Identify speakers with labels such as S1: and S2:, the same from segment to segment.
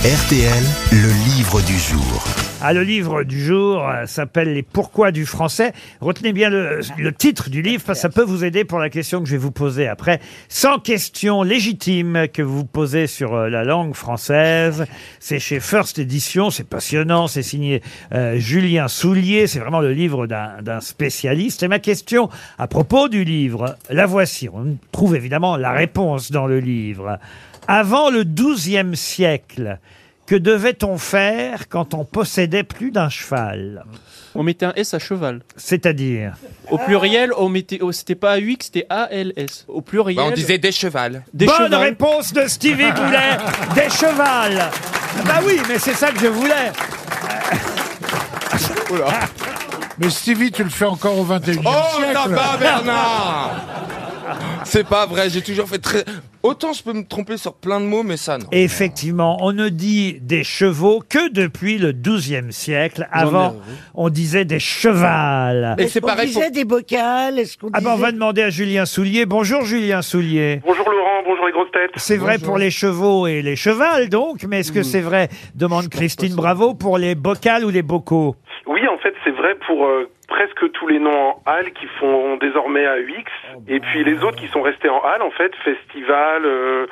S1: RTL, le livre du jour.
S2: Ah, le livre du jour euh, s'appelle Les Pourquoi du français. Retenez bien le, le titre du livre, parce que ça peut vous aider pour la question que je vais vous poser après. 100 questions légitimes que vous posez sur euh, la langue française. C'est chez First Edition, c'est passionnant, c'est signé euh, Julien Soulier, c'est vraiment le livre d'un d'un spécialiste. Et ma question à propos du livre, la voici. On trouve évidemment la réponse dans le livre. Avant le XIIe siècle, que devait-on faire quand on possédait plus d'un cheval
S3: On mettait un S à cheval.
S2: C'est-à-dire
S3: Au pluriel, on mettait, oh, c'était pas AUX, c'était ALS. Au pluriel.
S4: Bah, on disait des chevals.
S3: des
S2: Bonne
S3: chevals.
S2: réponse de Stevie Goulet Des chevals Bah oui, mais c'est ça que je voulais
S5: Mais Stevie, tu le fais encore au 21e
S4: Oh,
S5: siècle.
S4: t'as pas Bernard C'est pas vrai, j'ai toujours fait très. Autant je peux me tromper sur plein de mots, mais ça non.
S2: Et Effectivement, on ne dit des chevaux que depuis le XIIe siècle. Avant, on disait des chevals.
S4: Et
S6: Est-ce
S4: c'est
S6: qu'on
S4: pareil pour.
S6: disait des bocales Est-ce qu'on
S2: Ah ben, on
S6: disait-
S2: va demander à Julien Soulier. Bonjour Julien Soulier.
S7: Bonjour Laurent, bonjour les grosses têtes.
S2: C'est vrai pour les chevaux et les chevals donc, mais est-ce que c'est vrai, demande Christine Bravo, pour les bocales ou les bocaux
S7: Oui, en fait, c'est vrai pour euh, presque tous les noms en hall qui font désormais AUX. Et puis les autres qui sont restés en hall, en fait, festival, euh,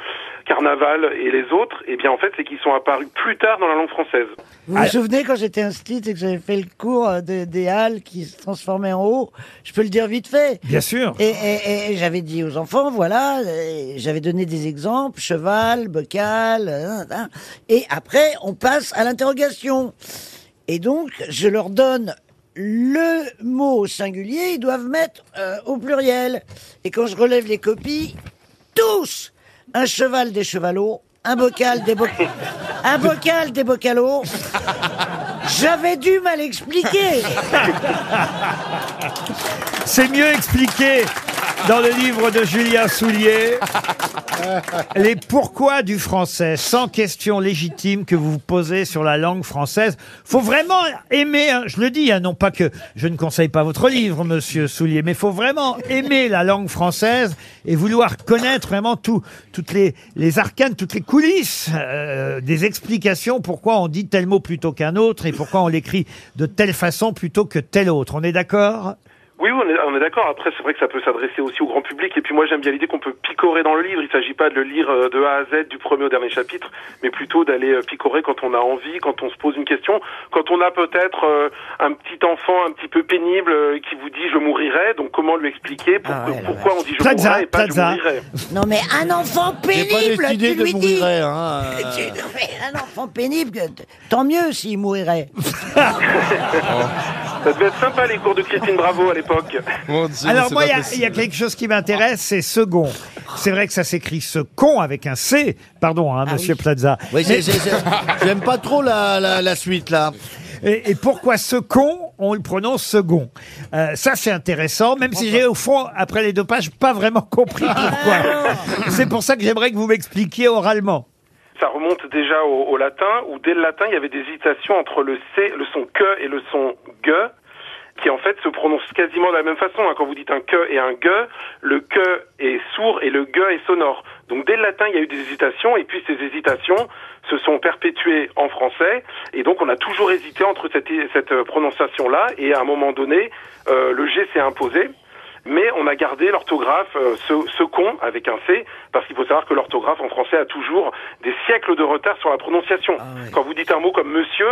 S7: carnaval et les autres, eh bien, en fait, c'est qu'ils sont apparus plus tard dans la langue française.
S6: Vous vous souvenez quand j'étais instite et que j'avais fait le cours euh, de- des halles qui se transformaient en haut Je peux le dire vite fait.
S2: Bien sûr.
S6: Et, et- et- et j'avais dit aux enfants, voilà, euh, j'avais donné des exemples, cheval, bocal, euh, euh, et après on passe à l'interrogation. Et donc je leur donne le mot au singulier, ils doivent mettre euh, au pluriel. Et quand je relève les copies, tous, un cheval des chevalots, un bocal des bocaux, un bocal des bocalos. J'avais dû mal expliquer.
S2: C'est mieux expliqué dans le livre de Julien Soulier. Les pourquoi du français, sans questions légitimes que vous vous posez sur la langue française. Faut vraiment aimer, hein, je le dis, hein, non pas que je ne conseille pas votre livre, monsieur Soulier, mais faut vraiment aimer la langue française et vouloir connaître vraiment tout, toutes les, les arcanes, toutes les coulisses euh, des explications pourquoi on dit tel mot plutôt qu'un autre et pourquoi on l'écrit de telle façon plutôt que telle autre. On est d'accord
S7: Oui, on est, on est d'accord. Après, c'est vrai que ça peut s'adresser aussi au grand public. Et puis moi, j'aime bien l'idée qu'on peut picorer dans le livre. Il ne s'agit pas de le lire euh, de A à Z, du premier au dernier chapitre, mais plutôt d'aller euh, picorer quand on a envie, quand on se pose une question, quand on a peut-être euh, un petit enfant un petit peu pénible euh, qui vous dit je mourirai. Donc comment lui expliquer pour-
S6: Ah ouais, la
S7: pourquoi on dit je
S2: Plaza,
S7: mourrai et pas
S2: Plaza.
S7: je mourirai.
S6: Non mais un enfant
S5: J'ai pas
S6: pénible,
S5: décidé
S6: tu
S5: de
S6: lui dis.
S5: mourir. Hein, euh.
S6: Tu- non, mais un enfant pénible, t- tant mieux s'il mourait.
S7: Ça devait être sympa les cours de Christine Bravo à l'époque.
S4: Mon Dieu,
S2: Alors
S4: c'est
S2: moi,
S4: pas
S2: il y a- il
S4: possible.
S2: y, a quelque chose qui m'intéresse, c'est second. C'est vrai que ça s'écrit second avec un C, pardon, hein, Monsieur Plaza.
S8: Ah Oui, c'est- c'est- c'est- J'aime pas trop la, la, la suite là.
S2: Et, et pourquoi second On le prononce second. Euh, ça, c'est intéressant, même si j'ai au fond, après les deux pages, pas vraiment compris
S8: Ah
S2: pourquoi. C'est pour ça que j'aimerais que vous m'expliquiez oralement.
S7: Ça remonte déjà au, au latin, où dès le latin, il y avait des hésitations entre le C, le son que et le son ge, qui en fait se prononcent quasiment de la même façon. hein. Quand vous dites un que et un ge, le que est sourd et le ge est sonore. Donc dès le latin, il y a eu des hésitations, et puis ces hésitations se sont perpétuées en français, et donc on a toujours hésité entre cette, cette euh, prononciation-là, et à un moment donné, euh, le G s'est imposé mais on a gardé l'orthographe euh, ce, ce con avec un C parce qu'il faut savoir que l'orthographe en français a toujours des siècles de retard sur la prononciation. Quand vous dites un mot comme monsieur,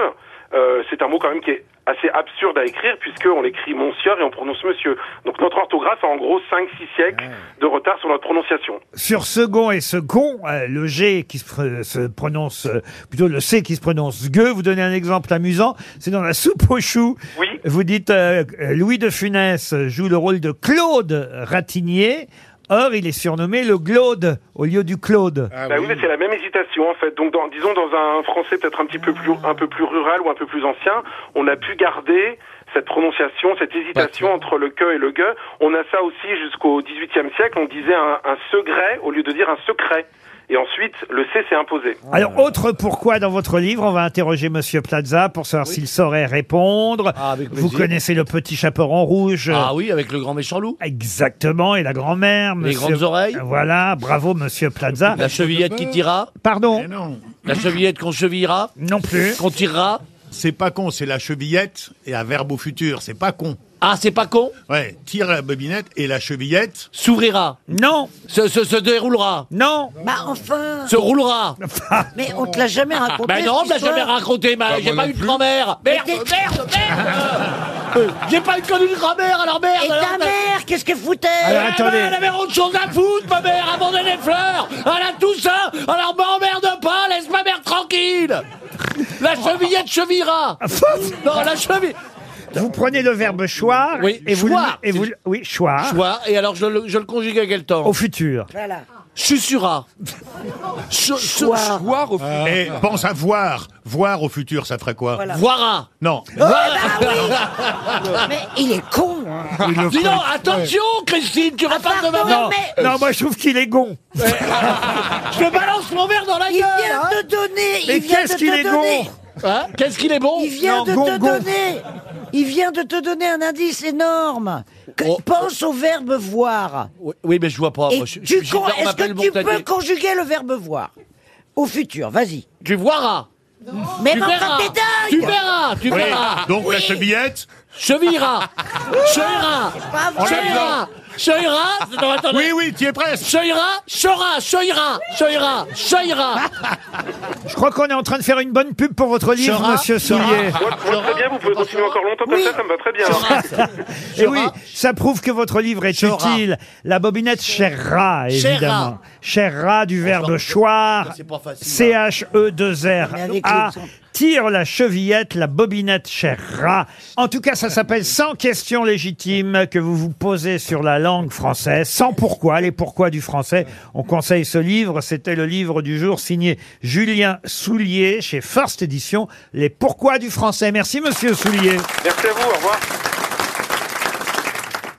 S7: euh, c'est un mot quand même qui est assez absurde à écrire puisque on l'écrit monsieur et on prononce monsieur. Donc notre orthographe a en gros 5 6 siècles de retard sur notre prononciation.
S2: Sur second et second, euh, le G qui se, pr- se prononce, euh, plutôt le C qui se prononce gueux, vous donnez un exemple amusant, c'est dans la soupe aux choux.
S7: Oui.
S2: Vous dites euh, euh, Louis de Funès joue le rôle de Claude Ratignier. Or, il est surnommé le Glaude au lieu du Claude.
S5: Ah
S7: Bah oui, mais c'est la même hésitation en fait. Donc, dans, disons dans un français peut-être un petit peu plus un peu plus rural ou un peu plus ancien, on a pu garder cette prononciation, cette hésitation entre le que et le gue. On a ça aussi jusqu'au XVIIIe siècle. On disait un, un secret au lieu de dire un secret. Et ensuite, le c s'est imposé.
S2: Alors, autre pourquoi dans votre livre, on va interroger Monsieur Plaza pour savoir s'il saurait répondre.
S8: Ah, avec
S2: vous
S8: plaisir.
S2: connaissez le petit chaperon rouge.
S8: Ah oui, avec le grand méchant loup.
S2: Exactement, et la grand-mère,
S8: Les
S2: monsieur-
S8: grandes oreilles.
S2: Voilà, bravo, monsieur Plaza.
S8: La chevillette qui tira.
S2: Pardon
S5: Mais non.
S8: La chevillette qu'on chevillera
S2: Non plus.
S8: Qu'on tirera
S9: C'est pas con, c'est la chevillette et un verbe au futur, c'est pas con.
S8: Ah, c'est pas con
S9: Ouais, tire la bobinette et la chevillette.
S8: S'ouvrira
S2: Non
S8: Se, se, se déroulera
S2: Non
S6: Bah enfin
S8: Se roulera
S6: Mais on te l'a jamais raconté
S8: Bah non, on
S6: cette
S8: me l'a jamais
S6: histoire
S8: raconté, ma-
S4: Bah,
S8: j'ai
S4: moi
S8: pas
S4: non
S8: eu de
S4: plus.
S8: grand-mère Merde,
S6: Mais t'es-
S8: merde, merde J'ai pas eu connu de grand-mère, alors merde
S6: Et
S8: alors,
S6: ta
S8: bah-
S6: mère, qu'est-ce que foutait
S2: Alors,
S8: Ah
S2: Euh, Attendez.
S8: ouais, elle avait autre chose à foutre, ma mère, abandonner les fleurs Elle a tout ça Alors m'emmerde pas, laisse ma mère tranquille La chevillette chevillera Non, la cheville
S2: Vous prenez le verbe choir
S8: Oui,
S2: et vous,
S8: choir.
S2: et vous oui choir
S8: Tu vois, et alors je le, je le conjugue à quel temps
S2: au futur.
S6: Voilà.
S8: Chussura Ch- ch-
S6: Choir.
S4: Voir au
S5: Ah.
S4: fond.
S9: Et pense à voir. Voir au futur, ça ferait quoi
S6: Voilà. Oh, bah
S8: Voira
S9: Non.
S6: Mais il est con hein.
S9: Ah,
S8: Dis donc, attention, Christine, tu repars de ma
S6: pardon,
S8: main
S2: Non,
S6: mais-
S2: non, moi je trouve qu'il est gon.
S8: Je te balance mon verre dans la
S6: Il
S8: gueule
S6: vient
S8: hein.
S6: de te donner
S2: Mais
S6: il vient
S2: qu'est-ce
S6: de
S2: qu'il
S6: te
S2: est
S6: donner.
S2: bon
S8: Hein Qu'est-ce qu'il est bon
S6: Il vient
S2: Non,
S6: de
S2: gon,
S6: te
S2: gon.
S6: donner Il vient de te donner un indice énorme Que-
S8: Oh.
S6: Pense au verbe voir
S8: Oui, oui, mais je vois pas.
S6: Et
S8: moi, je- je-
S6: tu
S8: je-
S6: con-
S8: on
S6: Est-ce
S8: m'appelle
S6: que tu peux
S8: Montagnier.
S6: conjuguer le verbe voir Au futur, vas-y
S8: Tu voiras
S6: Mais
S8: Tu
S6: enfin,
S8: verras
S6: t'es dingue
S8: Tu verras Tu
S9: Oui,
S8: verras
S9: Donc la chevillette
S8: Chevillera Chevillera
S6: Pas vrai.
S8: Chevillera Chevillera Non, attendez.
S9: Oui, oui, tu es presque
S8: Chevillera Chera Chevillera Chevillera Chevillera
S2: Je crois qu'on est en train de faire une bonne pub pour votre livre,
S8: Sera.
S2: monsieur Soulier.
S8: Ah,
S7: Moi, moi, très bien, vous pouvez continuer encore longtemps comme
S8: Oui.
S7: ça, ça me va très bien. hein.
S2: Et Eh oui, ça prouve que votre livre est
S8: Sera.
S2: utile. La bobinette chèrera,
S8: Chèrera.
S2: évidemment. Chèrera du verbe choir. E
S8: C'est pas facile,
S6: Mais
S2: C-H-E-2-R.
S6: avec
S2: A.
S6: les sons.
S2: Ah, Tire la chevillette, la bobinette chèrera. En tout cas, ça s'appelle 100 questions légitimes que vous vous posez sur la langue française. Sans pourquoi, les pourquoi du français. On conseille ce livre. C'était le livre du jour signé Julien Soulier chez First Edition. Les pourquoi du français. Merci, monsieur Soulier.
S7: Merci à vous, au revoir.